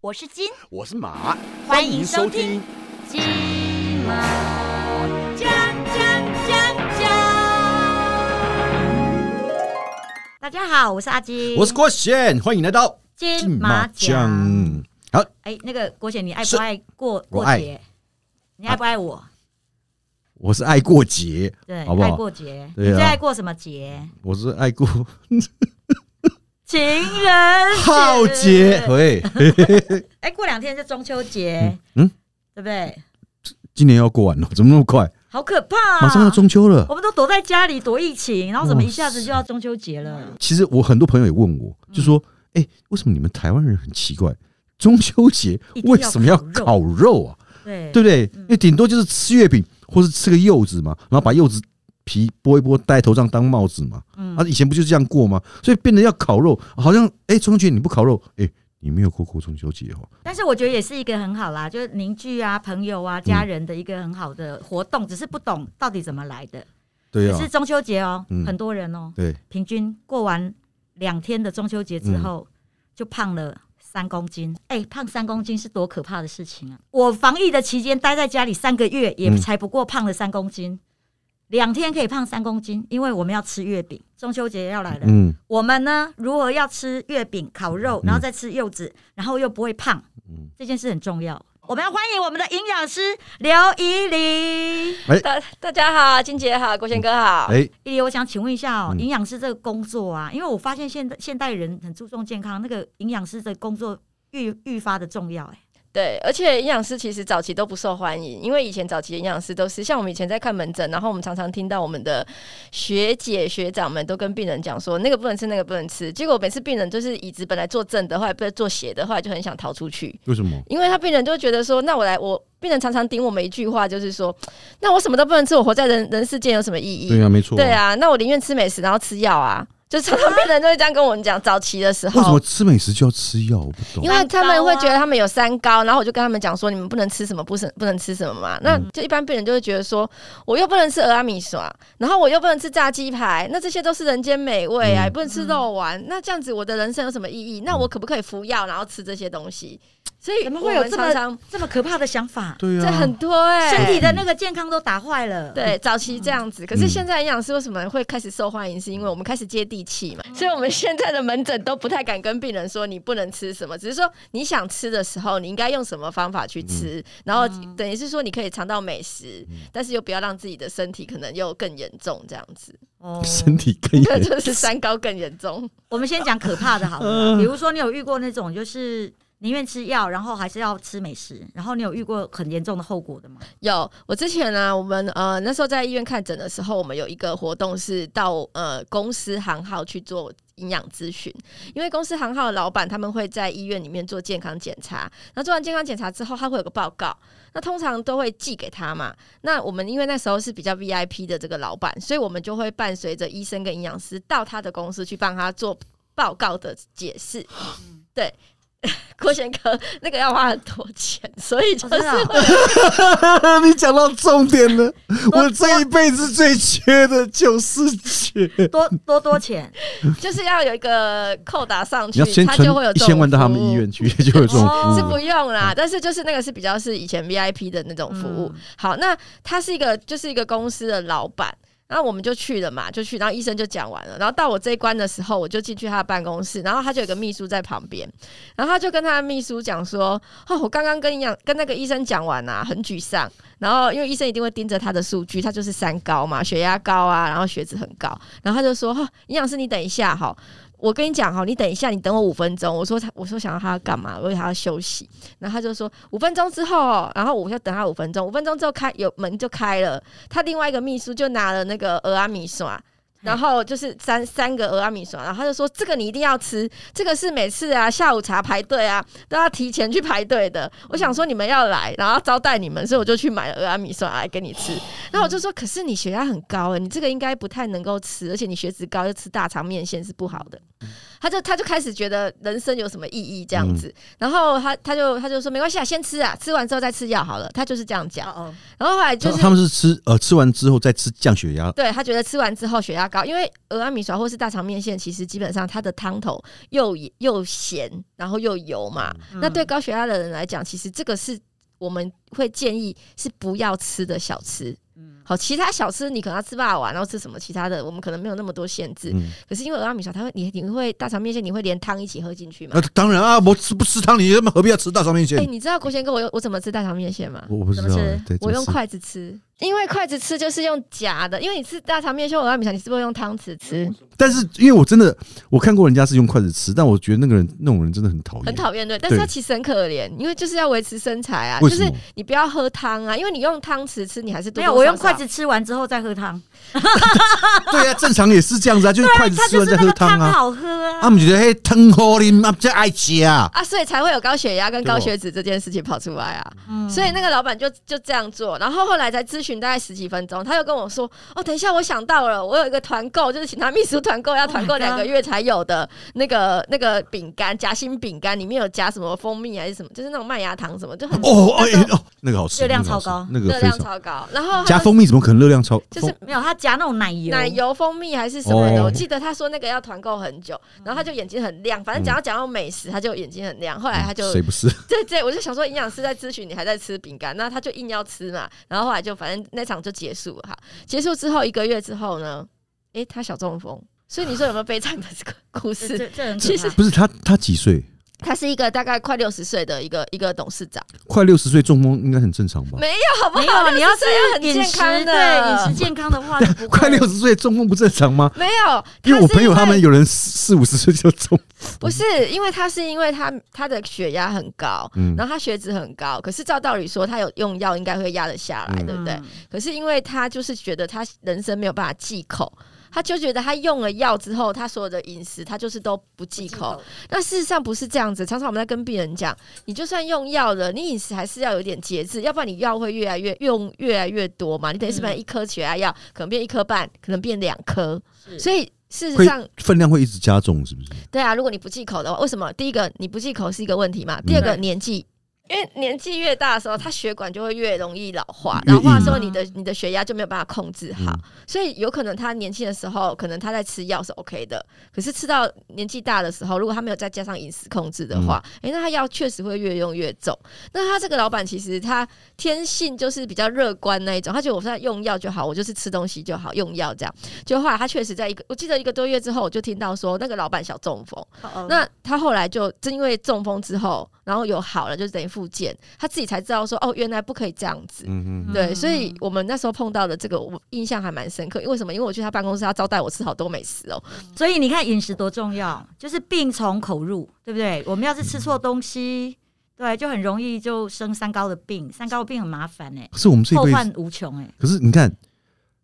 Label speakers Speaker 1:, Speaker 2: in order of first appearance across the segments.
Speaker 1: 我是金，
Speaker 2: 我是马，
Speaker 1: 欢迎收听。金马奖奖奖奖。大家好，我是阿金，
Speaker 2: 我是郭贤，欢迎来到
Speaker 1: 金马奖。。
Speaker 2: 好，
Speaker 1: 哎，那个国姐，你爱
Speaker 2: 是
Speaker 1: 不爱过
Speaker 2: 我
Speaker 1: 过
Speaker 2: 爱
Speaker 1: 节？你爱不爱我？
Speaker 2: 我是爱过节，
Speaker 1: 对，
Speaker 2: 好不
Speaker 1: 爱
Speaker 2: 好？
Speaker 1: 过节，
Speaker 2: 对
Speaker 1: 你
Speaker 2: 啊
Speaker 1: 最爱过什么节？
Speaker 2: 我是 爱过
Speaker 1: 情人节
Speaker 2: 浩杰，喂，
Speaker 1: 哎，过两天是中秋节，
Speaker 2: 嗯嗯
Speaker 1: 对不对？
Speaker 2: 今年要过完了，怎么那么快？
Speaker 1: 好可怕、啊！
Speaker 2: 马上要中秋了。
Speaker 1: 我们都躲在家里躲疫情，然后怎么
Speaker 2: 哇
Speaker 1: 一下子就要中秋节了？
Speaker 2: 其实我很多朋友也问我，就说：“哎，为什么你们台湾人很奇怪？中秋节
Speaker 1: 一定要
Speaker 2: 为什么要
Speaker 1: 烤
Speaker 2: 烤肉啊？
Speaker 1: 对
Speaker 2: 对不对？
Speaker 3: 嗯
Speaker 2: 因为顶多就是吃月饼，或是吃个柚子嘛，然后把柚子皮剥一剥戴头上当帽子嘛。
Speaker 1: 嗯
Speaker 2: 啊，以前不就是这样过吗？所以变得要烤肉，好像哎，中秋节你不烤肉，哎，你没有过过中秋节哦。
Speaker 1: 但是我觉得也是一个很好啦，就是凝聚啊、朋友
Speaker 2: 嗯
Speaker 1: 啊、家人的一个很好的活动，只是不懂到底怎么来的。
Speaker 2: 对
Speaker 1: 只
Speaker 2: 啊
Speaker 1: 是，中秋节哦，
Speaker 2: 嗯
Speaker 1: 很多人哦，
Speaker 2: 对，
Speaker 1: 平均过完两天的中秋节之后，
Speaker 2: 嗯
Speaker 1: 就胖了。三公斤，哎、胖三公斤是多可怕的事情啊！我防疫的期间待在家里三个月，也
Speaker 2: 嗯
Speaker 1: 才不过胖了三公斤，两、天可以胖三公斤，因为我们要吃月饼，中秋节要来了，
Speaker 2: 嗯，
Speaker 1: 我们呢，如何要吃月饼、烤肉，
Speaker 2: 嗯
Speaker 1: 然后再吃柚子，然后又不会胖
Speaker 2: 嗯，
Speaker 1: 这件事很重要。我们要欢迎我们的营养师刘怡玲。
Speaker 3: 大大家好，金姐好，国贤哥好。
Speaker 2: 哎，
Speaker 1: 怡玲，我想请问一下哦，
Speaker 2: 嗯
Speaker 1: 营养师这个工作啊，因为我发现现代现代人很注重健康，那个营养师的工作愈愈发的重要、哎，
Speaker 3: 对，而且营养师其实早期都不受欢迎，因为以前早期的营养师都是像我们以前在看门诊，然后我们常常听到我们的学姐学长们都跟病人讲说那个不能吃，那个不能吃。结果每次病人就是椅子本来坐正的，后来被坐斜的，后来就很想逃出去。
Speaker 2: 为什么？
Speaker 3: 因为他病人就觉得说，那我来，我病人常常顶我们一句话，就是说，那我什么都不能吃，我活在人人世间有什么意义？
Speaker 2: 对啊，没错。
Speaker 3: 对，啊，那我宁愿吃美食，然后吃药啊。就常常病人就会这样跟我们讲，早期的时候
Speaker 2: 为什么吃美食就要吃药？我不懂
Speaker 3: 因。为
Speaker 1: 啊
Speaker 3: 他们会觉得他们有三高，然后我就跟他们讲说，你们不能吃什么，不是不能吃什么嘛。
Speaker 1: 嗯
Speaker 3: 那就一般病人就会觉得说，我又不能吃俄阿米耍，然后我又不能吃炸鸡排，那这些都是人间美味
Speaker 2: 嗯
Speaker 3: 啊，也不能吃肉丸，那这样子我的人生有什么意义？那我可不可以服药，然后吃这些东西？所以
Speaker 1: 怎么
Speaker 3: 我
Speaker 1: 会有
Speaker 3: 们
Speaker 1: 这
Speaker 3: 常
Speaker 1: 么
Speaker 3: 常
Speaker 1: 这么可怕的想法？
Speaker 2: 对
Speaker 3: 这很
Speaker 2: 啊，
Speaker 3: 多哎、
Speaker 1: 身体的那个健康都打坏了。，
Speaker 3: 对，早期这样子，可是现在营养师为什么会开始受欢迎？是因为我们开始接地气嘛，所以我们现在的门诊都不太敢跟病人说你不能吃什么，只是说你想吃的时候，你应该用什么方法去吃，然后等于是说你可以尝到美食，但是又不要让自己的身体可能又更严重这样子，
Speaker 1: 哦
Speaker 2: 身体更
Speaker 3: 这
Speaker 2: 严。
Speaker 3: 就是三高更严重。
Speaker 1: 我们先讲可怕的好 了啦，
Speaker 2: 嗯
Speaker 1: 比如说你有遇过那种就是宁愿吃药，然后还是要吃美食，然后你有遇过很严重的后果的吗？
Speaker 3: 有，我之前呢、我们呃那时候在医院看诊的时候，我们有一个活动是到呃公司行号去做营养咨询，因为公司行号的老板他们会在医院里面做健康检查，那做完健康检查之后，他会有个报告，那通常都会寄给他嘛。那我们因为那时候是比较 VIP 的这个老板，所以我们就会伴随着医生跟营养师到他的公司去帮他做报告的解释，对。 郭贤哥，那个要花很多钱，所以就
Speaker 1: 哦
Speaker 3: 是
Speaker 1: 真的哦
Speaker 2: 你讲到重点 了，
Speaker 1: 多
Speaker 2: 我这一辈子最缺的就是钱。
Speaker 1: 多多多钱
Speaker 3: 就是要有一个扣打上
Speaker 2: 你
Speaker 3: 去
Speaker 2: 要，先
Speaker 3: 他
Speaker 2: 存
Speaker 3: 就会有
Speaker 2: 一
Speaker 3: 这种
Speaker 2: 千万到他们
Speaker 3: 服务
Speaker 2: 医。院去，就有这种
Speaker 1: 哦
Speaker 3: 是
Speaker 2: 服
Speaker 3: 不
Speaker 2: 务。
Speaker 3: 用啦，但是就是那个是比较是以前 VIP 的那种服务。好，那他是一个就是一个公司的老板，然后我们就去了嘛，就去，然后医生就讲完了，然后到我这一关的时候，我就进去他的办公室，然后他就有个秘书在旁边，然后他就跟他的秘书讲说：“哦，我刚刚跟营养跟那个医生讲完啊，很沮丧。”然后因为医生一定会盯着他的数据，他就是三高嘛，血压高啊，然后血脂很高，然后他就说：“哈、营养师，你等一下哈。”我跟你讲哈，你等一下，你等我五分钟。我说他，我说想要他要干嘛？我说他要休息。然后他就说五分钟之后哦，然后我就等他五分钟。五分钟之后开有门就开了，他另外一个秘书就拿了那个俄阿米耍。然后就是三三个俄阿米耍，然后他就说这个你一定要吃，这个是每次啊下午茶排队啊都要提前去排队的。我想说你们要来，然后招待你们，所以我就去买了俄阿米耍来给你吃。然后我就说，可欸是你血压很高哎、你这个应该不太能够吃，而且你血脂高又吃大肠面线是不好的。他就他就开始觉得人生有什么意义这样子，然后他他就他就说没关系啊，先吃啊，吃完之后再吃药好了，他就是这样讲。
Speaker 1: 哦，
Speaker 3: 然后后来
Speaker 2: 他
Speaker 3: 就是
Speaker 2: 他们是吃呃吃完之后再吃降血压，
Speaker 3: 对他觉得吃完之后血压高，因为鹅啊阿米耍或是大肠面线，其实基本上它的汤头又又咸，然后又油嘛。
Speaker 1: 嗯
Speaker 3: 那对高血压的人来讲，其实这个是我们会建议是不要吃的小吃。
Speaker 1: 嗯
Speaker 3: 好，其他小吃你可能要吃霸王，然后吃什么其他的，我们可能没有那么多限制。
Speaker 2: 嗯，
Speaker 3: 可是因为鹅阿啊米耍，它会你你会大肠面线，你会连汤一起喝进去嘛
Speaker 2: 那？当然啊，我吃不吃汤，你他妈何必要吃大肠面
Speaker 3: 哎、
Speaker 2: 线？
Speaker 3: 你知道国贤哥我用我怎么吃大肠面线吗？
Speaker 2: 我我不知
Speaker 1: 怎
Speaker 2: 道
Speaker 1: 么吃
Speaker 2: 欸，对，
Speaker 3: 我用
Speaker 2: 怎么
Speaker 3: 筷子吃，因为筷子吃就是用夹的，因为你吃大肠面线，我阿米耍，你是不是用汤匙吃？
Speaker 2: 吃，但是因为我真的我看过人家是用筷子吃，但我觉得那个人那种人真的很讨厌，
Speaker 3: 很讨厌对，但是
Speaker 2: 对
Speaker 3: 他其实很可怜，因为就是要维持身材啊，就
Speaker 2: 为什
Speaker 3: 是
Speaker 2: 么
Speaker 3: 你不要喝汤啊，因为你用汤匙吃，你还是多
Speaker 1: 没
Speaker 3: 多
Speaker 1: 有，我用
Speaker 3: 少少
Speaker 1: 筷子吃完之后再喝汤，
Speaker 2: 对啊，正常也是这样子啊，就是筷子
Speaker 1: 它
Speaker 2: 吃
Speaker 1: 就
Speaker 2: 完
Speaker 1: 是
Speaker 2: 再
Speaker 1: 那
Speaker 2: 喝
Speaker 1: 个汤
Speaker 2: 啊。
Speaker 1: 好喝啊。
Speaker 2: 他们觉得嘿汤好啉，啊，这爱吃啊。
Speaker 3: 啊，所以才会有高血压跟
Speaker 2: 对哦
Speaker 3: 高血脂这件事情跑出来啊。
Speaker 1: 嗯
Speaker 3: 所以那个老板就就这样做，然后后来才咨询大概十几分钟，他又跟我说：“哦，等一下，我想到了，我有一个团购，就是请他秘书团购，要
Speaker 1: Oh my
Speaker 3: 团购
Speaker 1: God
Speaker 3: 两个月才有的那个那个饼干，夹心饼干里面有加什么蜂蜜还是什么，就是那种麦芽糖什么，就很
Speaker 2: 哦，哎
Speaker 3: 那时
Speaker 2: 哦，那个好吃，
Speaker 1: 热量
Speaker 2: 那个好吃
Speaker 1: 超高
Speaker 2: 那个
Speaker 3: 嗯热
Speaker 2: 非
Speaker 3: 量
Speaker 2: 常
Speaker 3: 超高。然后他
Speaker 2: 加蜂蜜怎么可能热量超？
Speaker 3: 就是
Speaker 1: 没有，他夹那种奶油，
Speaker 3: 奶油蜂蜜还是什么的，
Speaker 2: 哦
Speaker 3: 我记得他说那个要团购很久，然后他就眼睛很亮，反正讲到讲到美食，他就眼睛很亮。后来他就
Speaker 2: 嗯谁不 是？
Speaker 3: 对对，我就想说营养师在咨询你还在吃饼干，那他就硬要吃嘛，然后后来就反正那场就结束了哈。结束之后一个月之后呢，诶，他小中风，所以你说有没有悲惨的这 个故
Speaker 1: 这
Speaker 3: 事？
Speaker 1: 这这很可
Speaker 3: 其
Speaker 1: 怕
Speaker 3: 实
Speaker 2: 不是他，他几岁？
Speaker 3: 他是一个大概快六十岁的一个一个董事长，
Speaker 2: 快六十岁中风应该很正常吧？
Speaker 3: 没有好不
Speaker 1: 没
Speaker 3: 好？
Speaker 1: 有，你要
Speaker 3: 是
Speaker 1: 是
Speaker 3: 很
Speaker 1: 饮
Speaker 3: 健
Speaker 1: 食
Speaker 3: 康
Speaker 1: 对饮
Speaker 3: 的
Speaker 1: 食，健康的 话，就不会
Speaker 2: 快六十岁中风不正常吗？
Speaker 3: 没有，
Speaker 2: 因为我
Speaker 3: 是
Speaker 2: 朋友他
Speaker 3: 为
Speaker 2: 们有人四四五十岁就中，
Speaker 3: 不是因为他是因为他他的血压很高，
Speaker 2: 嗯
Speaker 3: 然后他血脂很高，可是照道理说他有用药应该会压得下来，
Speaker 2: 嗯
Speaker 3: 对不对？
Speaker 1: 嗯
Speaker 3: 可是因为他就是觉得他人生没有办法忌口，他就觉得他用了药之后，他所有的饮食他就是都不忌口。，那事实上不是这样子，常常我们在跟病人讲，你就算用药了，你饮食还是要有点节制，要不然你药会越来越用越来越多嘛。你等于是本来一颗血压药可能变一颗半，可能变两颗，
Speaker 1: 所以
Speaker 3: 所以事实
Speaker 2: 会
Speaker 3: 上
Speaker 2: 分量会一直加重，是不是？
Speaker 3: 对啊，如果你不忌口的话，为什么？第一个你不忌口是一个问题嘛，第二个
Speaker 1: 嗯
Speaker 3: 年纪。因为年纪越大的时候，它血管就会越容易老化，
Speaker 2: 越
Speaker 3: 老化的
Speaker 2: 硬
Speaker 3: 时候，
Speaker 1: 嘛
Speaker 3: 你的你的血压就没有办法控制好，
Speaker 2: 嗯
Speaker 3: 所以有可能他年轻的时候，可能他在吃药是 OK 的，可是吃到年纪大的时候，如果他没有再加上饮食控制的话，诶、那他药确实会越用越重。那他这个老板其实他天性就是比较乐观那一种，他觉得我现在用药就好，我就是吃东西就好，用药这样。就后来他确实在一个，我记得一个多月之后，我就听到说那个老板小中风。
Speaker 1: 那
Speaker 3: 那他后来就正因为中风之后，然后有好了，就是等于复健，他自己才知道说哦，原来不可以这样子。
Speaker 2: 嗯嗯，
Speaker 3: 对，
Speaker 1: 嗯
Speaker 3: 所以我们那时候碰到的这个，我印象还蛮深刻。因为什么？因为我去他办公室，他招待我吃好多美食哦。
Speaker 1: 所以你看饮食多重要，就是病从口入，对不对？我们要是吃错东西，对，就很容易就生三高的病，三高的病很麻烦哎，
Speaker 2: 可是我们这一
Speaker 1: 后
Speaker 2: 辈子，
Speaker 1: 患无穷哎。
Speaker 2: 可是你看，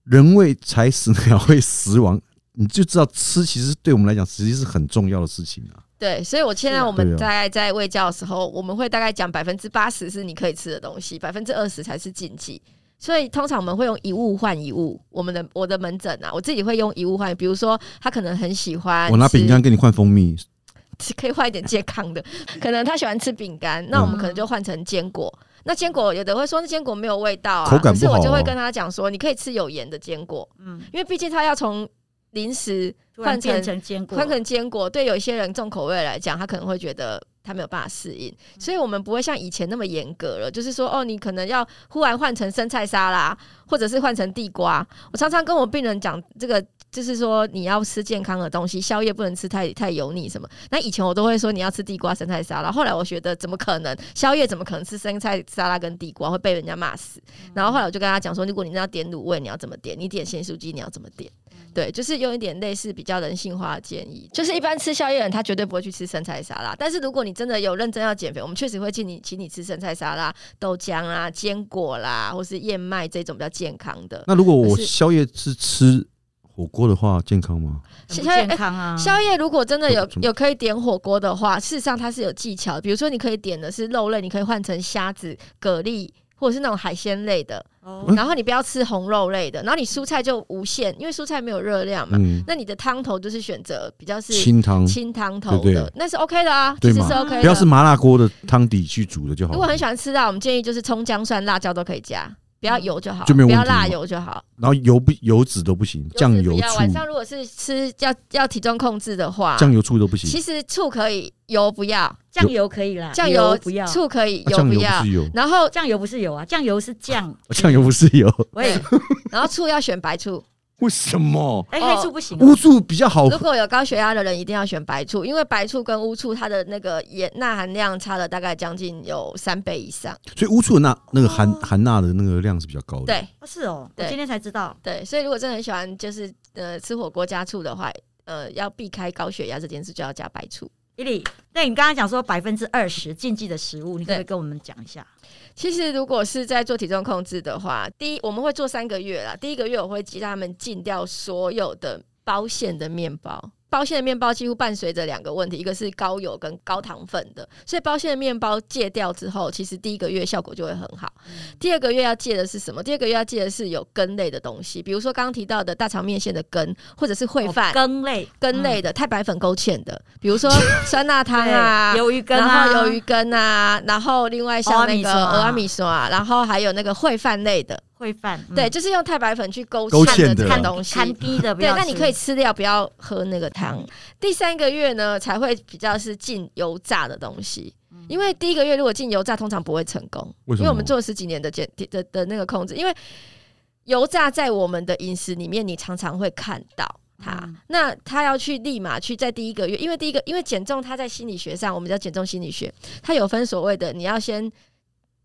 Speaker 2: 人为财死，鸟为食亡，你就知道吃其实对我们来讲，实际是很重要的事情啊。
Speaker 3: 对，所以我现在
Speaker 1: 是啊
Speaker 3: 我们
Speaker 2: 对啊
Speaker 3: 大概在喂教的时候，我们会大概讲百分之八十是你可以吃的东西，百分之二十才是禁忌。所以通常我们会用一物换一物。我们的我的门诊啊，我自己会用一物换，比如说他可能很喜欢
Speaker 2: 我拿饼
Speaker 3: 吃
Speaker 2: 干跟你换蜂蜜，
Speaker 3: 吃可以换一点健 康的，可能他喜欢吃饼干，那我
Speaker 2: 嗯
Speaker 3: 们可能就换成坚果。那坚果有的会说那坚果没有味道啊，
Speaker 2: 口感
Speaker 3: 可是
Speaker 2: 不好
Speaker 3: 我就会
Speaker 2: 哦
Speaker 3: 跟他讲说，你可以吃有盐的坚果，
Speaker 1: 嗯，
Speaker 3: 因为毕竟他要从零食
Speaker 1: 突然
Speaker 3: 换成
Speaker 1: 变成坚果
Speaker 3: 换，成坚果，对有一些人重口味来讲，他可能会觉得。他没有办法适应，所以我们不会像以前那么严格了。就是说，哦，你可能要忽然换成生菜沙拉，或者是换成地瓜。我常常跟我病人讲，这个就是说你要吃健康的东西，宵夜不能吃太太油腻什么。那以前我都会说你要吃地瓜生菜沙拉，后来我觉得怎么可能？宵夜怎么可能吃生菜沙拉跟地瓜会被人家骂死？然后后来我就跟他讲说，如果你要点卤味，你要怎么点？你点咸酥鸡，你要怎么点？对，就是用一点类似比较人性化的建议，就是一般吃宵夜的人他绝对不会去吃生菜沙拉，但是如果你真的有认真要减肥，我们确实会请你请你吃生菜沙拉、豆浆啊、坚果啦，或是燕麦这种比较健康的。
Speaker 2: 那如果我
Speaker 3: 可是
Speaker 2: 宵夜是吃火锅的话，健康吗？
Speaker 1: 很不
Speaker 3: 宵夜
Speaker 1: 健康啊，
Speaker 3: 宵夜如果真的有
Speaker 2: 什么
Speaker 3: 有可以点火锅的话，事实上它是有技巧的，比如说你可以点的是肉类，你可以换成虾子、蛤蜊。或者是那种海鲜类的，
Speaker 2: 嗯
Speaker 1: 哦，
Speaker 3: 然后你不要吃红肉类的，然后你蔬菜就无限，因为蔬菜没有热量嘛。
Speaker 2: 嗯，
Speaker 3: 那你的汤头就是选择比较是
Speaker 2: 清汤，
Speaker 3: 清汤头的，
Speaker 2: 对对
Speaker 3: 那是 OK 的啊，
Speaker 2: 对
Speaker 3: 其实
Speaker 2: 嘛
Speaker 3: 是 OK 的。
Speaker 2: 不要是麻辣锅的汤底去煮的就好了。
Speaker 3: 如果很喜欢吃辣，我们建议就是葱、姜、蒜、辣椒都可以加，不要油就好，
Speaker 2: 就没有
Speaker 3: 不
Speaker 2: 问题
Speaker 3: 要
Speaker 2: 嘛
Speaker 3: 辣油就好。
Speaker 2: 然后油不油脂都不行，酱
Speaker 3: 油
Speaker 2: 油
Speaker 3: 脂不要晚上
Speaker 2: 醋
Speaker 3: 如果是吃要要体重控制的话，
Speaker 2: 酱油醋都不行
Speaker 3: 其，实醋可以，油不要，
Speaker 1: 酱油可以啦，
Speaker 3: 酱
Speaker 1: 啊油
Speaker 3: 油
Speaker 1: 不要，
Speaker 3: 醋可以，
Speaker 2: 啊
Speaker 3: 油
Speaker 2: 酱
Speaker 3: 不
Speaker 2: 油
Speaker 3: 要
Speaker 2: 不。是 油，
Speaker 3: 然后
Speaker 1: 酱油不是油啊，酱油是酱，
Speaker 2: 酱油不是油，
Speaker 1: 喂，
Speaker 3: 然后醋要选 白醋，
Speaker 2: 为什么？
Speaker 1: 哎，
Speaker 3: 哦
Speaker 1: 黑醋不行哦，
Speaker 2: 乌醋比较好
Speaker 3: 如果有高血压的人一定要选白醋，因为白醋跟乌醋它的那个盐钠含量差了大概将近有三倍以上。
Speaker 2: 所以乌醋的钠那个含
Speaker 1: 哦
Speaker 2: 含钠的那个量是比较高的。，
Speaker 3: 对
Speaker 1: 哦是哦，我
Speaker 3: 对
Speaker 1: 今天才知道，
Speaker 3: 对，所以如果真的很喜欢就是呃吃火锅加醋的话，呃要避开高血压这件事就要加白醋。
Speaker 1: 伊丽，那你刚才讲说百分之二十禁忌的食物，你可不可以
Speaker 3: 对
Speaker 1: 跟我们讲一下？
Speaker 3: 其实如果是在做体重控制的话，第一我们会做三个月啦。第一个月我会让他们禁掉所有的包馅的面包。包馅的面包几乎伴随着两个问题，一个是高油跟高糖分的，所以包馅的面包戒掉之后，其实第一个月效果就会很好。
Speaker 1: 嗯
Speaker 3: 第二个月要戒的是什么？第二个月要戒的是有根类的东西，比如说刚刚提到的大肠面线的根，或者是烩
Speaker 1: 哦
Speaker 3: 饭、
Speaker 1: 羹类，嗯
Speaker 3: 根类的、太白粉勾芡的，比 如说酸辣汤
Speaker 1: 对
Speaker 3: 啊、
Speaker 1: 鱿鱼羹啊，
Speaker 3: 然后鱿鱼羹啊，然后另外像那个
Speaker 1: 欧
Speaker 3: 俄
Speaker 1: 阿
Speaker 3: 阿
Speaker 1: 米
Speaker 3: 米索啊，然后还有那个烩饭类的，
Speaker 1: 烩饭，嗯
Speaker 3: 对，就是用太白粉去勾
Speaker 2: 勾
Speaker 3: 芡
Speaker 2: 芡
Speaker 3: 这
Speaker 2: 的
Speaker 3: 个
Speaker 1: 看
Speaker 3: 东西。
Speaker 1: 看低的不
Speaker 3: 对
Speaker 1: 要，吃，
Speaker 3: 那你可以吃掉，不要喝那个汤。第三个月呢，才会比较是进油炸的东西，
Speaker 1: 嗯
Speaker 3: 因为第一个月如果进油炸，通常不会成功，
Speaker 2: 为什么
Speaker 3: 因为我们做了十几年的减的的的那个控制，因为油炸在我们的饮食里面，你常常会看到它。
Speaker 1: 嗯
Speaker 3: 那他要去立马去在第一个月，因为第一个，因为减重，它在心理学上，我们叫减重心理学，它有分所谓的你要先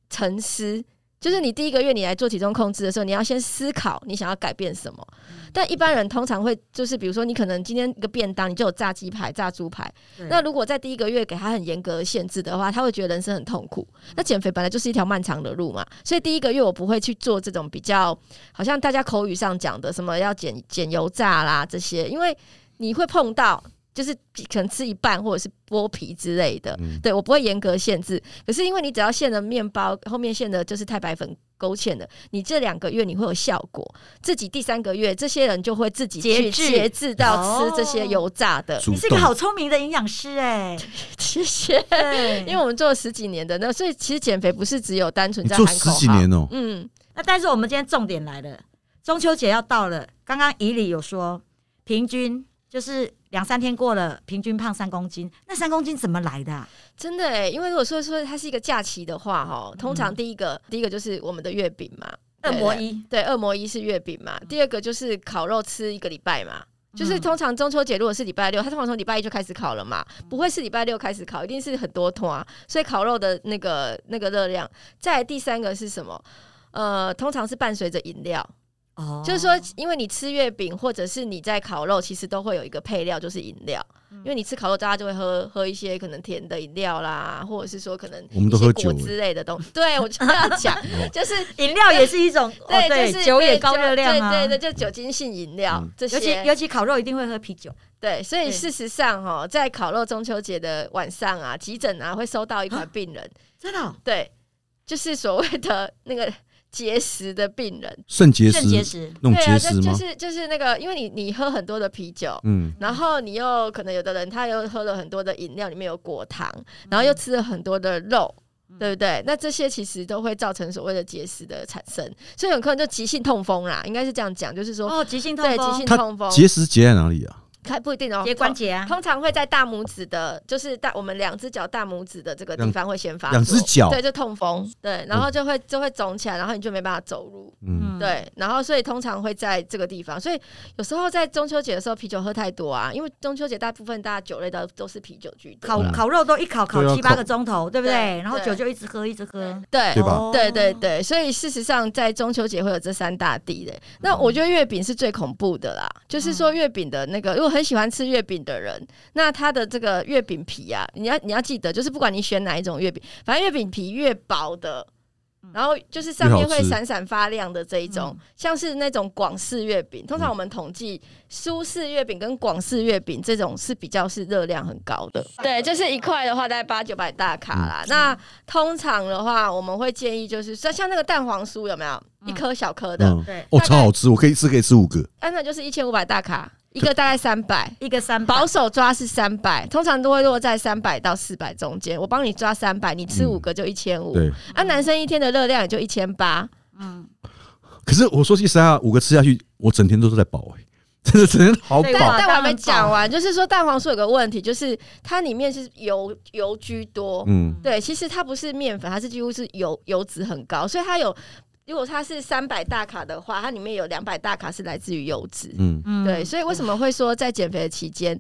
Speaker 3: 沉思。就是你第一个月你来做体重控制的时候，你要先思考你想要改变什么。但一般人通常会就是，比如说你可能今天一个便当，你就有炸鸡排、炸猪排，
Speaker 1: 对
Speaker 3: 那如果在第一个月给他很严格的限制的话，他会觉得人生很痛苦。那减肥本来就是一条漫长的路嘛，所以第一个月我不会去做这种比较，好像大家口语上讲的什么要减减油炸啦这些，因为你会碰到。就是可能吃一半或者是剥皮之类的，
Speaker 2: 嗯
Speaker 3: 对我不会严格限制。可是因为你只要限了面包，后面限的就是太白粉勾芡的，你这两个月你会有效果，自己第三个月这些人就会自己
Speaker 1: 节
Speaker 3: 去
Speaker 1: 制
Speaker 3: 节制到吃这
Speaker 1: 哦
Speaker 3: 些油炸的。
Speaker 2: 主
Speaker 1: 你是个
Speaker 2: 动
Speaker 1: 好聪明的营养师哎，
Speaker 3: 谢谢。
Speaker 1: 对，
Speaker 3: 因为我们做了十几年的，那所以其实减肥不是只有单纯
Speaker 2: 你
Speaker 3: 在
Speaker 2: 做
Speaker 3: 喊
Speaker 2: 十
Speaker 3: 口
Speaker 2: 几
Speaker 3: 号
Speaker 2: 年哦，
Speaker 3: 嗯，
Speaker 1: 那但是我们今天重点来了，中秋节要到了，刚刚以里有说，平均就是两三天过了，平均胖三公斤，那三公斤怎么来的啊、
Speaker 3: 真的哎，因为如果说说它是一个假期的话，哈，通常
Speaker 1: 嗯
Speaker 3: 第一个、第一个就是我们的月饼嘛，
Speaker 1: 恶魔一，
Speaker 3: 对，恶魔一是月饼嘛，第二个就是烤肉吃一个礼拜嘛。就是
Speaker 1: 嗯
Speaker 3: 通常中秋节如果是礼拜六，它通常从礼拜一就开始烤了嘛，不会是礼拜六开始烤，一定是很多团、所以烤肉的那个那个热量。再来第三个是什么？呃，通常是伴随着饮料，
Speaker 1: 哦
Speaker 3: 就是说，因为你吃月饼或者是你在烤肉，其实都会有一个配料，就是饮料。
Speaker 1: 嗯
Speaker 3: 因为你吃烤肉，大家就会喝喝一些可能甜的饮料啦，或者是说可能
Speaker 2: 我们都
Speaker 3: 一些
Speaker 2: 喝
Speaker 3: 果
Speaker 2: 酒哦
Speaker 3: 之类的东西。对，我就要 讲，就是
Speaker 1: 饮料也是一种，哦、
Speaker 3: 对，就是
Speaker 1: 酒也
Speaker 3: 对
Speaker 1: 高
Speaker 3: 酒
Speaker 1: 热量啊，
Speaker 3: 对对对，就酒精性饮料
Speaker 2: 嗯
Speaker 3: 这
Speaker 1: 尤其
Speaker 3: 些。
Speaker 1: 尤其烤肉一定会喝啤酒，
Speaker 3: 对，所
Speaker 1: 对
Speaker 3: 以事实上哈，在烤肉中秋节的晚上啊，急诊啊会收到一 款病人，
Speaker 1: 真的哦、
Speaker 3: 对，就是所谓的那个结石的病人。
Speaker 2: 肾结
Speaker 1: 肾结
Speaker 2: 石
Speaker 1: 石，
Speaker 2: 弄
Speaker 3: 对
Speaker 2: 结
Speaker 3: 啊，就
Speaker 2: 石
Speaker 3: 就
Speaker 2: 吗？
Speaker 3: 是就是那个，因为你你喝很多的啤酒，
Speaker 2: 嗯，
Speaker 3: 然后你又可能有的人他又喝了很多的饮料，里面有果糖，然后
Speaker 1: 嗯
Speaker 3: 又吃了很多的肉。对不对？那这些其实都会造成所谓的结石的产生，所以有可能就急性痛风啦，应该是这样讲，就是说，
Speaker 1: 哦，急性痛
Speaker 3: 对急
Speaker 1: 风
Speaker 3: 性，
Speaker 2: 它
Speaker 3: 痛风，
Speaker 2: 结石结在哪里啊？
Speaker 3: 它不一定哦，
Speaker 1: 节关节啊
Speaker 3: 通，通常会在大拇指的，就是大我们两只脚大拇指的这个地
Speaker 2: 两
Speaker 3: 方会先发作，
Speaker 2: 两只脚，
Speaker 3: 对，就痛风，对，然后就会就会肿起来，然后你就没办法走路，
Speaker 2: 嗯，
Speaker 1: 嗯，
Speaker 3: 对，然后所以通常会在这个地方，所以有时候在中秋节的时候，啤酒喝太多啊，因为中秋节大部分大家酒类都都是啤酒居多，
Speaker 1: 烤
Speaker 2: 嗯
Speaker 1: 烤肉都一烤烤
Speaker 2: 对啊
Speaker 1: 七八
Speaker 2: 烤
Speaker 1: 个钟头，对不对？
Speaker 3: 对
Speaker 1: 然后
Speaker 3: 对
Speaker 1: 酒就一直喝一直喝，
Speaker 3: 对
Speaker 2: 对吧
Speaker 1: 哦
Speaker 3: 对对对，所以事实上在中秋节会有这三大地雷。那
Speaker 1: 嗯
Speaker 3: 我觉得月饼是最恐怖的啦，就是说月饼的那个，如果很喜欢吃月饼的人，那他的这个月饼皮啊，你要你要记得，就是不管你选哪一种月饼，反正月饼皮越薄的。
Speaker 1: 嗯
Speaker 3: 然后就是上面
Speaker 2: 越好
Speaker 3: 会
Speaker 2: 吃
Speaker 3: 闪闪发亮的这一种，像是那种广式月饼。通
Speaker 2: 嗯
Speaker 3: 常我们统计苏式月饼跟广式月饼这种是比较是热量很高的，嗯对，就是一块的话大概八九百大卡啦。那通常的话，我们会建议就是像像那个蛋黄酥有没有一颗小颗的，
Speaker 2: 嗯，
Speaker 1: 对，
Speaker 2: 哦，
Speaker 3: 大概
Speaker 2: 超好吃，我可以一次可以吃五个，
Speaker 3: 按照就是一千五百大卡，一个大概三百。
Speaker 1: 一个三包
Speaker 3: 保守抓是三百，通常都会落在三百到四百中间。我帮你抓三百，你吃五个就一千五。
Speaker 2: 嗯对。
Speaker 3: 啊，男生一天的热量也就一千八。
Speaker 2: 可是我说句实在话，五个吃下去，我整天都是在饱哎、 真的整天好
Speaker 1: 对啊
Speaker 2: 饱。
Speaker 3: 但我还
Speaker 1: 当
Speaker 3: 没
Speaker 1: 然
Speaker 3: 讲
Speaker 1: 饱
Speaker 3: 完，就是说蛋黄酥有个问题，就是它里面是油油居多。
Speaker 2: 嗯，
Speaker 3: 对，其实它不是面粉，它是几乎是油油脂很高，所以它有。如果它是三百大卡的话，它里面有两百大卡是来自于油脂。
Speaker 2: 嗯，
Speaker 1: 嗯
Speaker 3: 对，所以为什么会说在减肥的期间，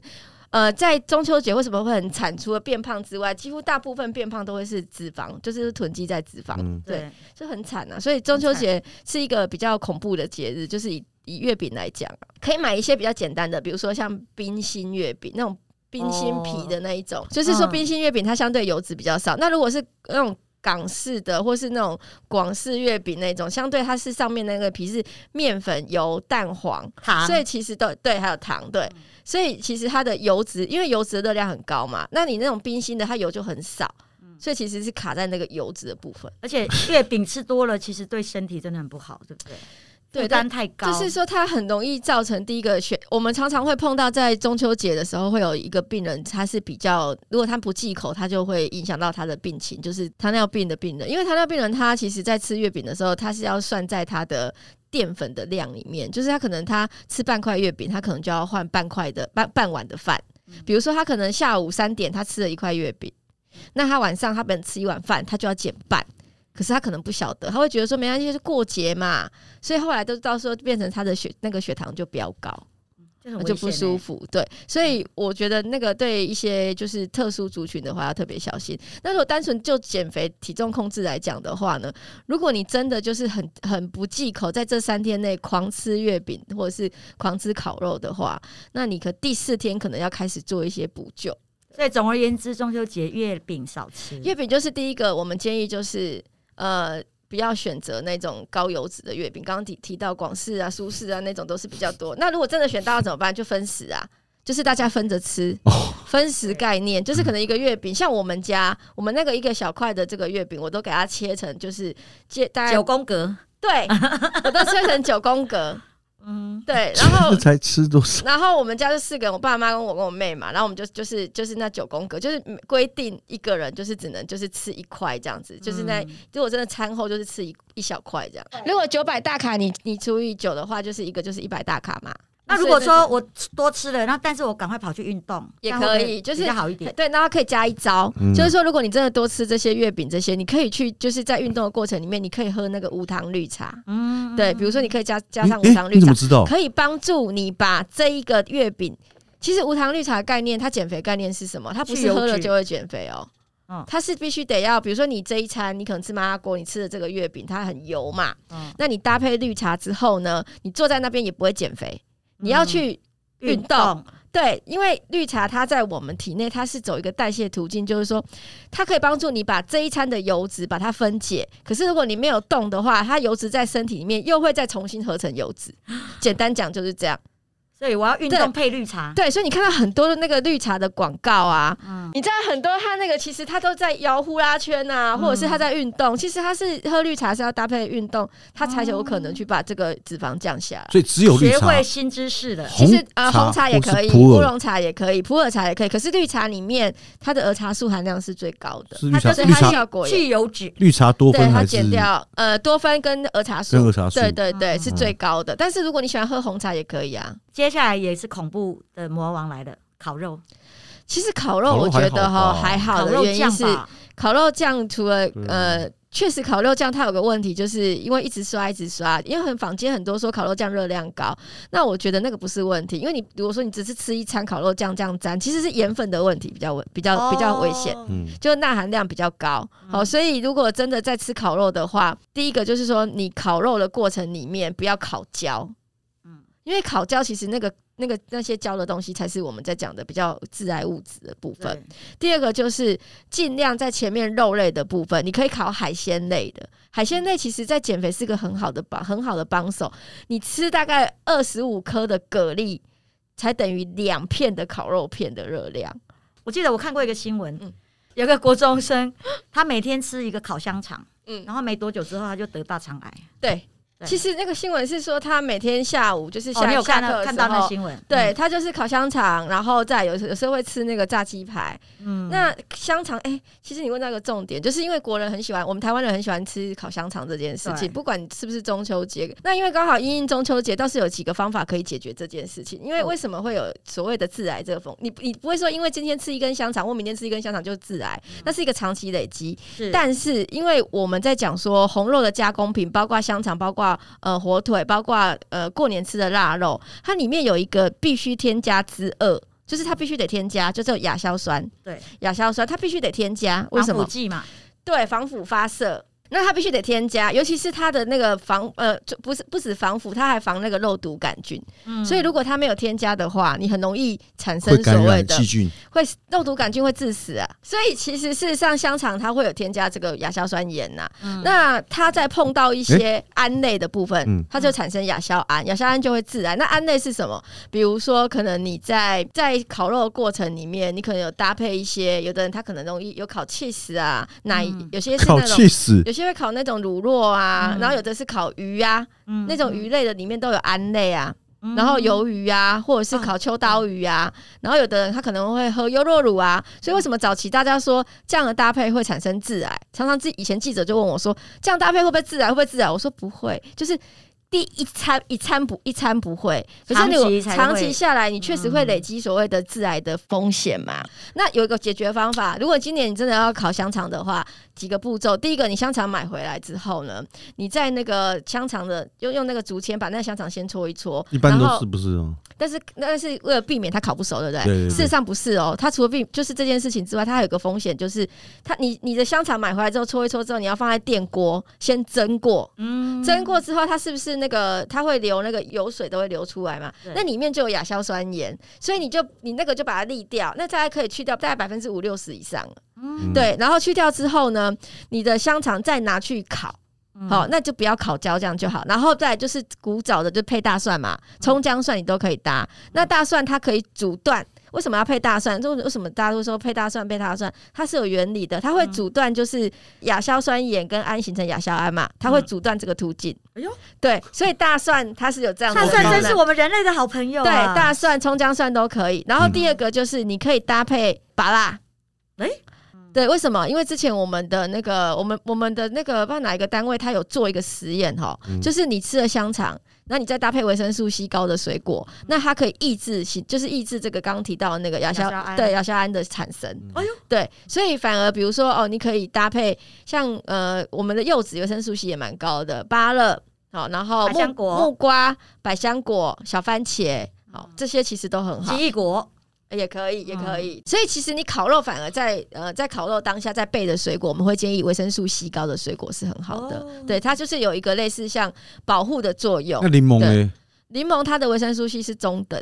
Speaker 3: 呃，在中秋节为什么会很惨？除了变胖之外，几乎大部分变胖都会是脂肪，就是囤积在脂肪，
Speaker 2: 嗯
Speaker 1: 对
Speaker 3: 就很惨啊。所以中秋节是一个比较恐怖的节日，就是以以月饼来讲啊，可以买一些比较简单的，比如说像冰心月饼那种。冰心皮的那一种，就是说
Speaker 1: 嗯
Speaker 3: 冰心月饼它相对油脂比较少。那如果是那种港式的，或是那种广式月饼那种，相对它是上面那个皮是面粉、油、蛋黄，
Speaker 1: 糖，嗯
Speaker 3: 所以其实都对，还有糖对，所以其实它的油脂，因为油脂的热量很高嘛，那你那种冰心的，它油就很少，
Speaker 1: 嗯
Speaker 3: 所以其实是卡在那个油脂的部分。
Speaker 1: 而且月饼吃多了，其实对身体真的很不好，对不对？
Speaker 3: 对
Speaker 1: 负
Speaker 3: 但
Speaker 1: 担太高，
Speaker 3: 就是说，它很容易造成第一个血，我们常常会碰到在中秋节的时候，会有一个病人，他是比较，如果他不忌口，他就会影响到他的病情，就是糖尿病的病人。因为糖尿病人他其实在吃月饼的时候，他是要算在他的。淀粉的量里面，就是他可能他吃半块月饼，他可能就要换半块的半半碗的饭。
Speaker 1: 嗯
Speaker 3: 比如说，他可能下午三点他吃了一块月饼，那他晚上他本吃一碗饭，他就要减半。可是他可能不晓得，他会觉得说没关系，就是过节嘛，所以后来都到时候变成他的血那个血糖就飙高，
Speaker 1: 就很危
Speaker 3: 就不
Speaker 1: 险
Speaker 3: 舒
Speaker 1: 欸。
Speaker 3: 服。对，所以我觉得那个对一些就是特殊族群的话要特别小心。那如果单纯就减肥体重控制来讲的话呢，如果你真的就是很很不忌口，在这三天内狂吃月饼或者是狂吃烤肉的话，那你可第四天可能要开始做一些补救。
Speaker 1: 所以总而言之，中秋节月饼少吃，
Speaker 3: 月饼就是第一个，我们建议就是呃。不要选择那种高油脂的月饼，刚刚提提到广式啊、苏式啊那种都是比较多。那如果真的选到了怎么办？就分食啊，就是大家分着吃，
Speaker 2: 哦，
Speaker 3: 分食概念就是可能一个月饼，像我们家我们那个一个小块的这个月饼，我都给它切成就是切大 概
Speaker 1: 九宫格，
Speaker 3: 对，我都切成九宫格，
Speaker 1: 嗯，
Speaker 3: 对，然后
Speaker 2: 这才吃多少？
Speaker 3: 然后我们家就四个人，我爸妈跟我跟我妹嘛，然后我们就就是就是那九宫格，就是规定一个人就是只能就是吃一块这样子，就是那、如果真的餐后就是吃一一小块这样。如果九百大卡你你除以九的话，就是一个就是一百大卡嘛。
Speaker 1: 那如果
Speaker 3: 所以
Speaker 1: 说我多吃了，那但是我赶快跑去运动
Speaker 3: 也
Speaker 1: 这样会不会
Speaker 3: 可以就是
Speaker 1: 比较好一
Speaker 3: 对
Speaker 1: 点。
Speaker 3: 对，那它可以加一招，
Speaker 2: 嗯
Speaker 3: 就是说，如果你真的多吃这些月饼这些，你可以去就是在运动的过程里面，你可以喝那个无糖绿茶，
Speaker 1: 嗯，
Speaker 3: 对，比如说你可以加加
Speaker 2: 你
Speaker 3: 上无
Speaker 2: 哎
Speaker 3: 糖，绿
Speaker 2: 你怎
Speaker 3: 茶
Speaker 2: 么，知道？
Speaker 3: 可以帮助你把这一个月饼。其实无糖绿茶的概念，它减肥概念是什么？它不
Speaker 1: 去
Speaker 3: 是
Speaker 1: 油
Speaker 3: 喝了
Speaker 1: 脂
Speaker 3: 就会减肥哦
Speaker 1: 嗯。
Speaker 3: 它是必须得要，比如说你这一餐你可能吃麻辣锅，你吃的这个月饼它很油嘛，
Speaker 1: 嗯
Speaker 3: 那你搭配绿茶之后呢，你坐在那边也不会减肥。你要去
Speaker 1: 嗯
Speaker 3: 运动对，因为绿茶它在我们体内，它是走一个代谢途径，就是说它可以帮助你把这一餐的油脂把它分解。可是如果你没有动的话，它油脂在身体里面又会再重新合成 油脂。简单讲就是这样。
Speaker 1: 所以我要运动配绿茶，
Speaker 3: 对，所以你看到很多的那个绿茶的广告啊，
Speaker 1: 嗯
Speaker 3: 你知道很多它那个其实它都在摇呼啦圈啊，
Speaker 1: 嗯
Speaker 3: 或者是它在运动。其实它是喝绿茶是要搭配运动，它才有可能去把这个脂肪降下来。
Speaker 2: 所以只有绿
Speaker 1: 学
Speaker 2: 茶，
Speaker 1: 会新知识了。
Speaker 3: 其实呃，
Speaker 2: 呃
Speaker 3: 红茶也可以，
Speaker 2: 普
Speaker 3: 乌
Speaker 2: 洱
Speaker 3: 龙茶也可以，普洱茶也可以。可是绿茶里面它的儿茶素含量是最高的，
Speaker 2: 是绿茶，
Speaker 1: 它
Speaker 3: 所
Speaker 1: 就
Speaker 3: 以
Speaker 1: 是
Speaker 2: 绿
Speaker 3: 它
Speaker 2: 茶
Speaker 3: 效果也。
Speaker 1: 去油脂，
Speaker 2: 绿茶多
Speaker 3: 对
Speaker 2: 酚
Speaker 3: 它
Speaker 2: 还
Speaker 3: 减
Speaker 2: 是
Speaker 3: 掉呃多酚跟儿
Speaker 2: 跟
Speaker 3: 茶素
Speaker 2: 儿，茶素？
Speaker 3: 对对对
Speaker 1: 嗯
Speaker 3: 是最高的。但是如果你喜欢喝红茶也可以啊。
Speaker 1: 接下来也是恐怖的魔王来了，烤肉，
Speaker 3: 其实烤肉
Speaker 2: 烤肉
Speaker 3: 我觉
Speaker 2: 还
Speaker 3: 得
Speaker 2: 好
Speaker 3: 哈
Speaker 2: 吧
Speaker 3: 还好
Speaker 1: 烤
Speaker 3: 的
Speaker 1: 肉
Speaker 3: 原因
Speaker 1: 酱
Speaker 3: 是
Speaker 1: 吧，
Speaker 3: 烤肉酱除了
Speaker 1: 嗯
Speaker 2: 对
Speaker 3: 呃，确实烤肉酱它有个问题，就是因为一直刷一直刷，因为很坊间很多说烤肉酱热量高，那我觉得那个不是问题，因为你如果说你只是吃一餐烤肉酱这样沾，其实是盐分的问题比较危比呃较比较危险。
Speaker 1: 哦。
Speaker 2: 嗯，
Speaker 3: 就钠含量比较高，好，所以如果真的在吃烤肉的话，第一个就是说，你烤肉的过程里面不要烤焦，
Speaker 1: 嗯
Speaker 3: 因为烤焦其实那个那个那些教的东西才是我们在讲的比较致癌物质的部分。
Speaker 1: 对
Speaker 3: 第二个就是尽量在前面肉类的部分，你可以烤海鲜类的。海鲜
Speaker 1: 嗯
Speaker 3: 类其实在减肥是个很好的帮很好的帮手。你吃大概二十五颗的蛤蜊，才等于两片的烤肉片的热量。
Speaker 1: 我记得我看过一个新闻，
Speaker 3: 嗯
Speaker 1: 有个国中生， 他每天吃一个烤香肠，
Speaker 3: 嗯，
Speaker 1: 然后没多久之后他就得大肠癌。
Speaker 3: 对。
Speaker 1: 对
Speaker 3: 其实那个新闻是说，他每天下午就是
Speaker 1: 哦，
Speaker 3: 下、
Speaker 1: 你有
Speaker 3: 下
Speaker 1: 看
Speaker 3: 课的
Speaker 1: 到
Speaker 3: 时
Speaker 1: 看到那
Speaker 3: 候
Speaker 1: 新闻？
Speaker 3: 对他就是烤香肠，然后再有时有时候会吃那个炸鸡排。
Speaker 1: 嗯，嗯
Speaker 3: 那香肠，哎、其实你问到一个重点，就是因为国人很喜欢，我们台湾人很喜欢吃烤香肠这件事
Speaker 1: 对
Speaker 3: 情，不管是不是中秋节。那因为刚好因应中秋节，倒是有几个方法可以解决这件事情。因为
Speaker 1: 嗯
Speaker 3: 为什么会有所谓的致癌这个风？你你不会说因为今天吃一根香肠或明天吃一根香肠就致癌，那是一个长期累
Speaker 1: 嗯
Speaker 3: 积。
Speaker 1: 是
Speaker 3: 但是因为我们在讲说红肉的加工品，包括香肠，包括呃火腿，包括呃过年吃的腊肉，它里面有一个必须添加之二，就是它必须得添加，就是有亚硝酸。
Speaker 1: 对，
Speaker 3: 亚硝酸它必须得添加，为什
Speaker 1: 防
Speaker 3: 么
Speaker 1: 腐？剂嘛，
Speaker 3: 对，防腐发射。那它必须得添加，尤其是它的那个防呃，就不是不止防腐，它还防那个肉毒杆菌。
Speaker 1: 嗯
Speaker 3: 所以如果它没有添加的话，你很容易产生
Speaker 2: 会感
Speaker 3: 所谓
Speaker 2: 染
Speaker 3: 的
Speaker 2: 细菌。
Speaker 3: 会肉毒杆菌会致死啊。所以其实事实上，香肠它会有添加这个亚硝酸盐呐、
Speaker 1: 嗯
Speaker 3: 那它在碰到一些胺类的部分，
Speaker 2: 嗯
Speaker 3: 它就产生亚硝胺，亚硝胺就会致癌。那胺类是什么？比如说，可能你在在烤肉的过程里面，你可能有搭配一些，有的人他可能容易有烤 cheese 啊，奶，
Speaker 1: 嗯
Speaker 3: 有些是
Speaker 2: 烤
Speaker 3: 那种。
Speaker 2: 气死！
Speaker 3: 有些会烤那种乳酪啊，
Speaker 1: 嗯
Speaker 3: 然后有的是烤鱼啊，
Speaker 1: 嗯
Speaker 3: 那种鱼类的里面都有胺类啊。
Speaker 1: 嗯
Speaker 3: 然后鱿鱼啊，或者是
Speaker 1: 啊
Speaker 3: 烤秋刀鱼啊，然后有的人他可能会喝优酪乳啊，
Speaker 1: 嗯
Speaker 3: 所以为什么早期大家说这样的搭配会产生致癌？常常自以前记者就问我说，这样搭配会不会致癌？会不会致癌？我说不会，就是。第一餐一餐不一餐不会，可
Speaker 1: 嗯
Speaker 3: 是
Speaker 1: 长
Speaker 3: 你
Speaker 1: 期
Speaker 3: 有
Speaker 1: 才会嗯
Speaker 3: 长期下来，你确实会累积所谓的致癌的风险嘛。那有一个解决方法，如果今年你真的要烤香肠的话，几个步骤。第一个，你香肠买回来之后呢，你在那个香肠的用用那个竹签把那个香肠先搓一搓，
Speaker 2: 一般
Speaker 3: 然
Speaker 2: 都
Speaker 3: 后
Speaker 2: 是不是哦？
Speaker 3: 但是那是为了避免它烤不熟，对不对？
Speaker 2: 对对对
Speaker 3: 事实上不是哦，它除了避就是这件事情之外，它还有一个风险，就是它你你的香肠买回来之后搓一搓之后，你要放在电锅先蒸过，
Speaker 1: 嗯
Speaker 3: 蒸过之后它是不是那个它会流那个油水都会流出来嘛
Speaker 1: 对？
Speaker 3: 那里面就有亚硝酸盐，所以你就你那个就把它沥掉，那大概可以去掉大概百分之五六十以上了。
Speaker 1: 嗯
Speaker 3: 对，然后去掉之后呢，你的香肠再拿去烤。
Speaker 1: 嗯
Speaker 3: 好、那就不要烤焦，这样就好。然后再来就是古早的，就配大蒜嘛，
Speaker 1: 嗯
Speaker 3: 葱姜蒜你都可以搭。那大蒜它可以煮断，为什么要配大蒜？就为什么大家都说配大蒜配大蒜？它是有原理的，它会
Speaker 1: 嗯
Speaker 3: 阻断就是亚硝酸盐跟氨形成亚硝胺嘛，它会
Speaker 1: 嗯
Speaker 3: 阻断这个途径。
Speaker 1: 哎呦，
Speaker 3: 对，所以大蒜它是有这样的
Speaker 1: 大
Speaker 3: 功能。
Speaker 1: 蒜真是我们人类的好朋友
Speaker 3: 对
Speaker 1: 啊，
Speaker 3: 大蒜、葱姜蒜都可以。然后第二个就是你可以搭配拔辣。
Speaker 1: 嗯诶
Speaker 3: 对，为什么？因为之前我们的那个，我们我们的那个，不知道哪一个单位，他有做一个实验哈，
Speaker 2: 嗯
Speaker 3: 就是你吃了香肠，那你再搭配维生素 C 高的水果，那它可以抑制，就是抑制这个刚刚提到的那个亚
Speaker 1: 亚
Speaker 3: 硝
Speaker 1: 硝胺
Speaker 3: 对亚硝胺的产生。
Speaker 1: 哎呦，
Speaker 3: 对，所以反而比如说哦，你可以搭配像呃我们的柚子维生素 C 也蛮高的，芭乐好，然后
Speaker 1: 百香
Speaker 3: 木
Speaker 1: 果
Speaker 3: 木瓜、百香果、小番茄，好、
Speaker 1: 嗯
Speaker 3: 这些其实都很好
Speaker 1: 奇。异果，
Speaker 3: 也可以，也
Speaker 1: 嗯
Speaker 3: 可以。所以其实你烤肉反而在呃，在烤肉当下在备的水果，我们会建议维生素 C 高的水果是很好的。
Speaker 1: 哦
Speaker 3: 对，它就是有一个类似像保护的作用
Speaker 2: 那。
Speaker 1: 嗯
Speaker 2: 柠檬
Speaker 3: 对
Speaker 2: 呢？
Speaker 3: 柠檬它的维生素 C 是中等，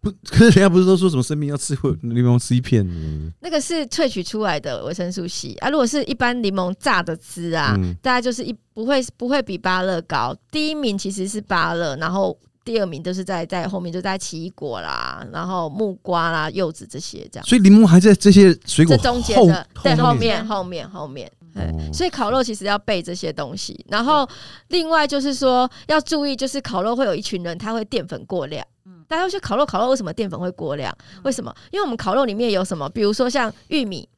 Speaker 2: 不， 可是人家不是都说什么生病要吃会柠檬吃一片？嗯
Speaker 3: 那个是萃取出来的维生素 C 啊。如果是一般柠檬榨的汁啊，
Speaker 2: 嗯
Speaker 3: 大概就是一不会不会比芭乐高，第一名其实是芭乐，然后第二名就是在在后面就在奇异果啦，然后木瓜啦、柚子这些这样。
Speaker 2: 所以柠檬还在这些水果
Speaker 3: 这中间的
Speaker 2: 后
Speaker 3: 对
Speaker 2: 后
Speaker 3: 后
Speaker 2: 面
Speaker 3: 面后面后面，对
Speaker 2: 哦
Speaker 3: 所以烤肉其实要备这些东西。然后另外就是说要注意，就是烤肉会有一群人他会淀粉过量。大家会说烤肉烤肉为什么淀粉会过量？
Speaker 2: 嗯
Speaker 3: 为什么？因为我们烤肉里面有什么，比如说像玉米，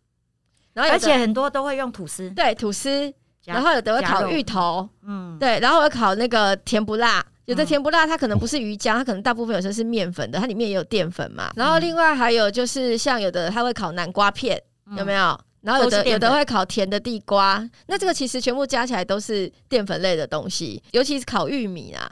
Speaker 3: 然后有
Speaker 1: 而
Speaker 3: 的
Speaker 1: 且很多都会用吐司，
Speaker 3: 对吐司，
Speaker 1: 加
Speaker 3: 然后有的会
Speaker 1: 加
Speaker 3: 烤
Speaker 1: 肉
Speaker 3: 芋头，
Speaker 1: 嗯，
Speaker 3: 对，然后我烤那个甜不辣。有的
Speaker 1: 嗯
Speaker 3: 甜不辣，它可能不是鱼浆，它可能大部分有时候是面粉的，它里面也有淀粉嘛。
Speaker 1: 嗯
Speaker 3: 然后另外还有就是像有的它会烤南瓜片，
Speaker 1: 嗯
Speaker 3: 有没有？然后有
Speaker 1: 都是
Speaker 3: 的
Speaker 1: 淀
Speaker 3: 有的
Speaker 1: 粉
Speaker 3: 会烤甜的地瓜，那这个其实全部加起来都是淀粉类的东西，尤其是烤玉米啊。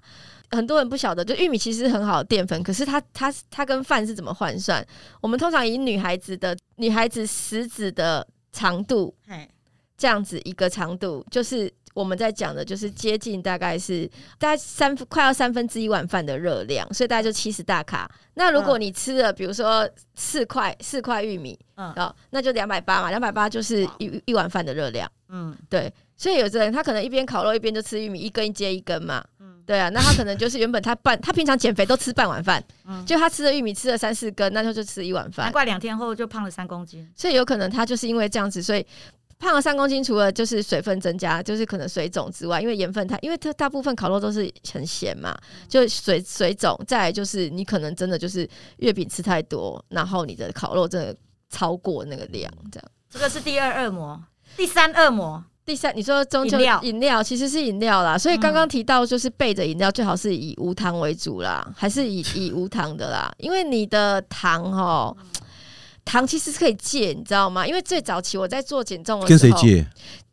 Speaker 3: 很多人不晓得，就玉米其实是很好的淀粉，可是它它它跟饭是怎么换算？我们通常以女孩子的女孩子食指的长度
Speaker 1: 嘿
Speaker 3: 这样子一个长度，就是我们在讲的就是接近大概是大概三快要三分之一碗饭的热量，所以大概就七十大卡。那如果你吃了比如说四块四块玉米，
Speaker 1: 嗯
Speaker 3: 哦，那就两百八嘛，两百八就是一一碗饭的热量。
Speaker 1: 嗯，
Speaker 3: 对，所以有的人他可能一边烤肉一边就吃玉米，一根接一根嘛。
Speaker 1: 嗯
Speaker 3: 对啊，那他可能就是原本他半，他平常减肥都吃半碗饭，
Speaker 1: 嗯
Speaker 3: 就他吃了玉米吃了三四根，那他就吃一碗饭
Speaker 1: 难。怪两天后就胖了三公斤。
Speaker 3: 所以有可能他就是因为这样子，所以胖了三公斤，除了就是水分增加，就是可能水肿之外，因为盐分它，因为它大部分烤肉都是很咸嘛，就水水肿，再来就是你可能真的就是月饼吃太多，然后你的烤肉真的超过那个量，这样。
Speaker 1: 这个是第二恶魔，第三恶 魔，
Speaker 3: 第三，你说中秋
Speaker 1: 饮料嗯
Speaker 3: 饮料其实是饮料啦，所以刚刚提到就是备着饮料最好是以无糖为主啦，还 是以以无糖的啦，因为你的糖哦，糖其实是可以戒，你知道吗？因为最早期我在做减重的时
Speaker 2: 跟
Speaker 3: 候，
Speaker 2: 谁借？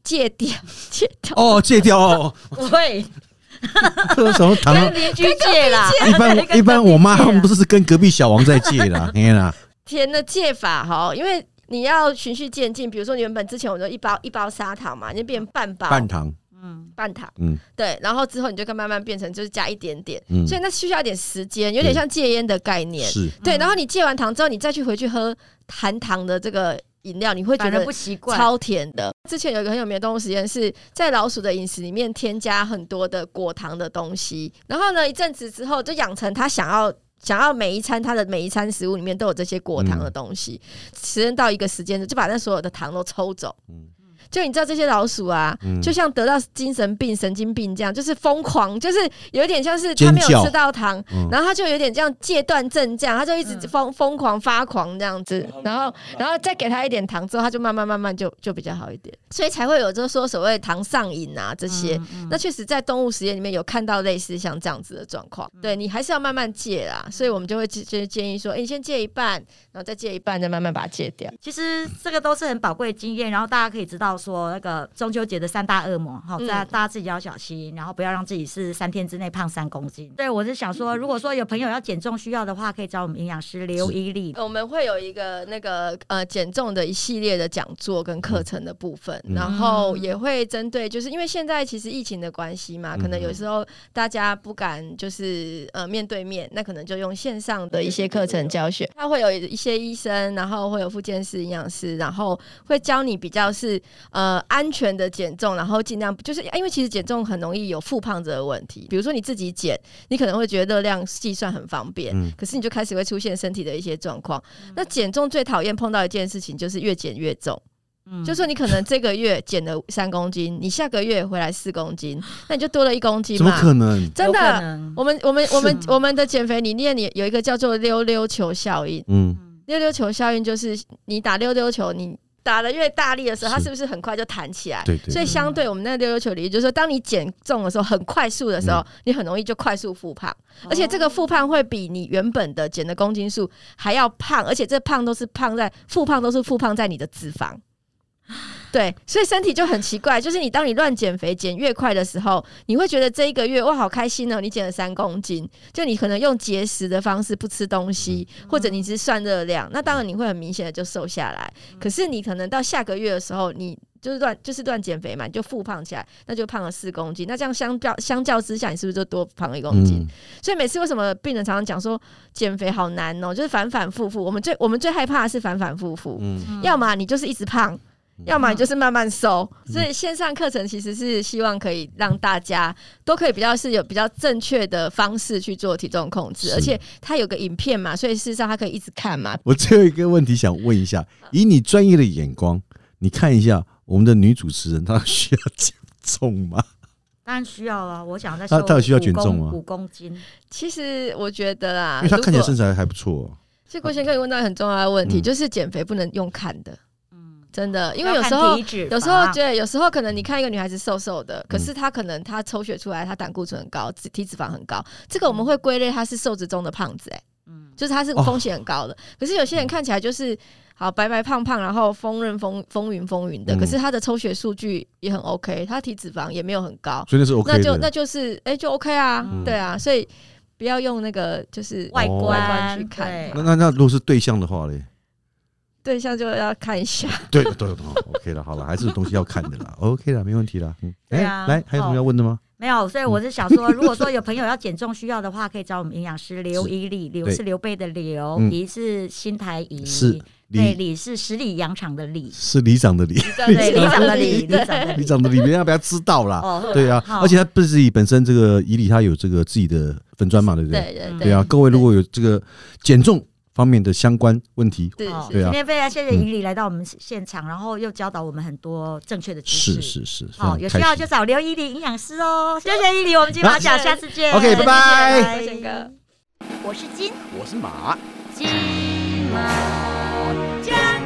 Speaker 3: 戒掉，戒掉。
Speaker 2: 哦，借掉哦，
Speaker 1: 对，
Speaker 2: 什么糖啊
Speaker 1: 跟？邻居借啦。
Speaker 2: 一般一般，我妈他
Speaker 3: 啊
Speaker 2: 们不是跟隔壁小王在借 啦，哎啦，
Speaker 3: 甜的戒法哈，因为你要循序渐进。比如说，你原本之前我就一包一包砂糖嘛，你就变半包
Speaker 2: 半糖，
Speaker 1: 嗯，
Speaker 3: 半糖，
Speaker 2: 嗯
Speaker 3: 对，然后之后你就跟慢慢变成就是加一点点，
Speaker 2: 嗯，
Speaker 3: 所以那需要一点时间，有
Speaker 2: 对
Speaker 3: 点像戒烟的概念。
Speaker 2: 是
Speaker 1: 嗯
Speaker 3: 对，然后你戒完糖之后，你再去回去喝含糖的这个饮料，你会觉
Speaker 1: 反而
Speaker 3: 得
Speaker 1: 不习惯。
Speaker 3: 超甜的。之前有一个很有名的动物实验是在老鼠的饮食里面添加很多的果糖的东西，然后呢，一阵子之后就养成它想要。想要每一餐它的每一餐食物里面都有这些果糖的东西，时间到一个时间就把那所有的糖都抽走。
Speaker 2: 嗯
Speaker 3: 就你知道这些老鼠啊，
Speaker 2: 嗯
Speaker 3: 就像得到精神病、神经病这样，就是疯狂，就是有点像是它
Speaker 2: 尖
Speaker 3: 没有
Speaker 2: 叫
Speaker 3: 吃到糖，
Speaker 2: 嗯
Speaker 3: 然后他就有点这样戒断症这样，他就一直
Speaker 1: 嗯
Speaker 3: 疯疯狂发狂这样子，然后然后再给他一点糖之后，他就慢慢慢慢就就比较好一点，所以才会有就是说所谓糖上瘾啊这些。
Speaker 1: 嗯嗯
Speaker 3: 那确实，在动物实验里面有看到类似像这样子的状况，对你还是要慢慢戒啦，所以我们就会建建建议说，哎、你先戒一半，然后再戒一半，再慢慢把它戒掉。
Speaker 1: 其实这个都是很宝贵的经验，然后大家可以知道说那个中秋节的三大恶魔，哈，
Speaker 3: 嗯
Speaker 1: 大家大家自己要小心，然后不要让自己是三天之内胖三公斤。对我是想说，如果说有朋友要减重需要的话，可以找我们营养师刘一丽。
Speaker 3: 我们会有一个那个呃减重的一系列的讲座跟课程的部分，
Speaker 2: 嗯
Speaker 3: 然后也会针对就是因为现在其实疫情的关系嘛，可能有时候大家不敢就是呃面对面，那可能就用线上的一些课程教学。它会有一些医生，然后会有复健师、营养师，然后会教你比较是呃安全的减重，然后尽量就是因为其实减重很容易有复胖者的问题，比如说你自己减，你可能会觉得热量计算很方便，
Speaker 2: 嗯
Speaker 3: 可是你就开始会出现身体的一些状况。那减重最讨厌碰到一件事情就是越减越重，
Speaker 1: 嗯
Speaker 3: 就说你可能这个月减了三 公斤，你下个月回来四公斤，那你就多了一公斤
Speaker 2: 怎么
Speaker 3: 嘛，
Speaker 2: 可能？啊
Speaker 3: 真
Speaker 1: 有可
Speaker 3: 的。啊
Speaker 1: 能啊
Speaker 3: 我们我们我们
Speaker 1: 是
Speaker 3: 我们的减肥理念里有一个叫做溜溜球效应，
Speaker 2: 嗯，
Speaker 1: 嗯
Speaker 3: 溜溜球效应就是你打溜溜球，你打的越大力的时候，它
Speaker 2: 是
Speaker 3: 是不是很快就弹起来？
Speaker 2: 对对，
Speaker 3: 所
Speaker 2: 对
Speaker 3: 以相对我们那个溜溜球理论，就是说，当你减重的时候，很快速的
Speaker 2: 嗯
Speaker 3: 时候，你很容易就快速复胖，而
Speaker 1: 哦
Speaker 3: 且这个复胖会比你原本的减的公斤数还要胖，而且这胖都是胖在复胖都是复胖在你的脂肪。对，所以身体就很奇怪，就是你当你乱减肥减越快的时候，你会觉得这一个月哇好开心哦，你减了三公斤，就你可能用节食的方式不吃东西，或者你只是算热量，那当然你会很明显的就瘦下来。可是你可能到下个月的时候，你就是乱就是乱减肥嘛，你就复胖起来，那就胖了四公斤。那这样相较相较之下，你是不是就多胖了一公斤？
Speaker 2: 嗯
Speaker 3: 所以每次为什么病人常常讲说减肥好难哦、就是反反复复。我们最我们最害怕的是反反复复，
Speaker 2: 嗯，
Speaker 3: 要么你就是一直胖。要么你就是慢慢瘦，
Speaker 2: 嗯
Speaker 3: 所以线上课程其实是希望可以让大家都可以比较是有比较正确的方式去做体重控制，
Speaker 2: 是
Speaker 3: 而且它有个影片嘛，所以事实上它可以一直看嘛，
Speaker 2: 我最后一个问题想问一下，以你专业的眼光，你看一下我们的女主持人，她需要减重吗？
Speaker 1: 当然需要啊。我想再
Speaker 2: 他
Speaker 1: 瘦
Speaker 2: 他有需要
Speaker 1: 五
Speaker 2: 减重
Speaker 1: 公
Speaker 2: 吗
Speaker 1: 五公斤，
Speaker 3: 其实我觉得啦，
Speaker 2: 因为她看起来身
Speaker 3: 啊如果
Speaker 2: 材还不错哦，
Speaker 3: 所以郭先生可以问到一个很重要的问题，
Speaker 2: 嗯
Speaker 3: 就是减肥不能用看的，
Speaker 1: 嗯，
Speaker 3: 真的，因为
Speaker 1: 要
Speaker 3: 有
Speaker 1: 看
Speaker 3: 时候
Speaker 1: 体脂
Speaker 3: 有时候
Speaker 1: 肪
Speaker 3: 觉得有时候可能你看一个女孩子瘦瘦
Speaker 2: 嗯
Speaker 3: 的，可是她可能她抽血出来她胆固醇很高，脂体脂肪很高，这个我们会归类她是瘦子中的胖子、哎，
Speaker 1: 嗯
Speaker 3: 就是她是
Speaker 2: 嗯哦嗯
Speaker 3: 风险很高的。可是有些人看起来就是好白白胖胖，然后风润风风云风云的，
Speaker 2: 嗯
Speaker 3: 可是她的抽血数据也很 OK，她体脂肪也没有很高，
Speaker 2: 所以那是 OK
Speaker 3: 那就那
Speaker 2: 的。
Speaker 3: 就是哎、就 OK 啊，
Speaker 1: 嗯
Speaker 3: 对啊，所以不要用那个就是
Speaker 1: 外
Speaker 2: 哦
Speaker 1: 观
Speaker 3: 外观去看
Speaker 1: 对
Speaker 2: 那那那如果是对象的话嘞，
Speaker 3: 对象就要看一下。
Speaker 2: 对的，对的哦，OK 了，好了，还是有东西要看的啦，OK 了，没问题了。嗯，哎、
Speaker 1: 对啊
Speaker 2: 来，还有什么要问的吗？
Speaker 1: 没有，所以我是想说，
Speaker 2: 嗯
Speaker 1: 如果说有朋友要减重需要的话，可以找我们营养师刘一丽，刘
Speaker 2: 对
Speaker 1: 是刘备的刘，
Speaker 2: 嗯
Speaker 1: 怡、是新台怡，
Speaker 2: 是
Speaker 1: 对，
Speaker 2: 李
Speaker 1: 哦李是十里洋场的李，
Speaker 2: 是里长的里，
Speaker 1: 对， 里
Speaker 3: 李
Speaker 1: 长
Speaker 3: 长
Speaker 1: 的
Speaker 3: 的
Speaker 1: 李，里
Speaker 3: 李
Speaker 1: 长的
Speaker 2: 里
Speaker 1: 李，
Speaker 2: 长的里，别让别人知道啦。
Speaker 1: 哦，
Speaker 2: 对啊，
Speaker 1: 好
Speaker 2: 而且他自己本身这个以里他有这个自己的粉砖嘛，对不对？
Speaker 3: 对对
Speaker 2: 对啊，各位如果有这个减重方面的相关问题，
Speaker 3: 对
Speaker 1: 好
Speaker 3: 是
Speaker 2: 对啊
Speaker 1: 哦今天非常谢谢怡里来到我们现场，然后又教导我们很多正确的知识。
Speaker 2: 是是是，非
Speaker 1: 好，
Speaker 2: 常
Speaker 1: 嗯哦有
Speaker 2: 开
Speaker 1: 需要就
Speaker 2: 心。
Speaker 1: 找刘依林营养师哦。谢谢依林，我们金马奖，
Speaker 3: 好
Speaker 1: 下次见。
Speaker 2: OK，拜拜
Speaker 3: 谢谢哥。
Speaker 1: 我是金
Speaker 4: 我是马。
Speaker 1: 金马奖。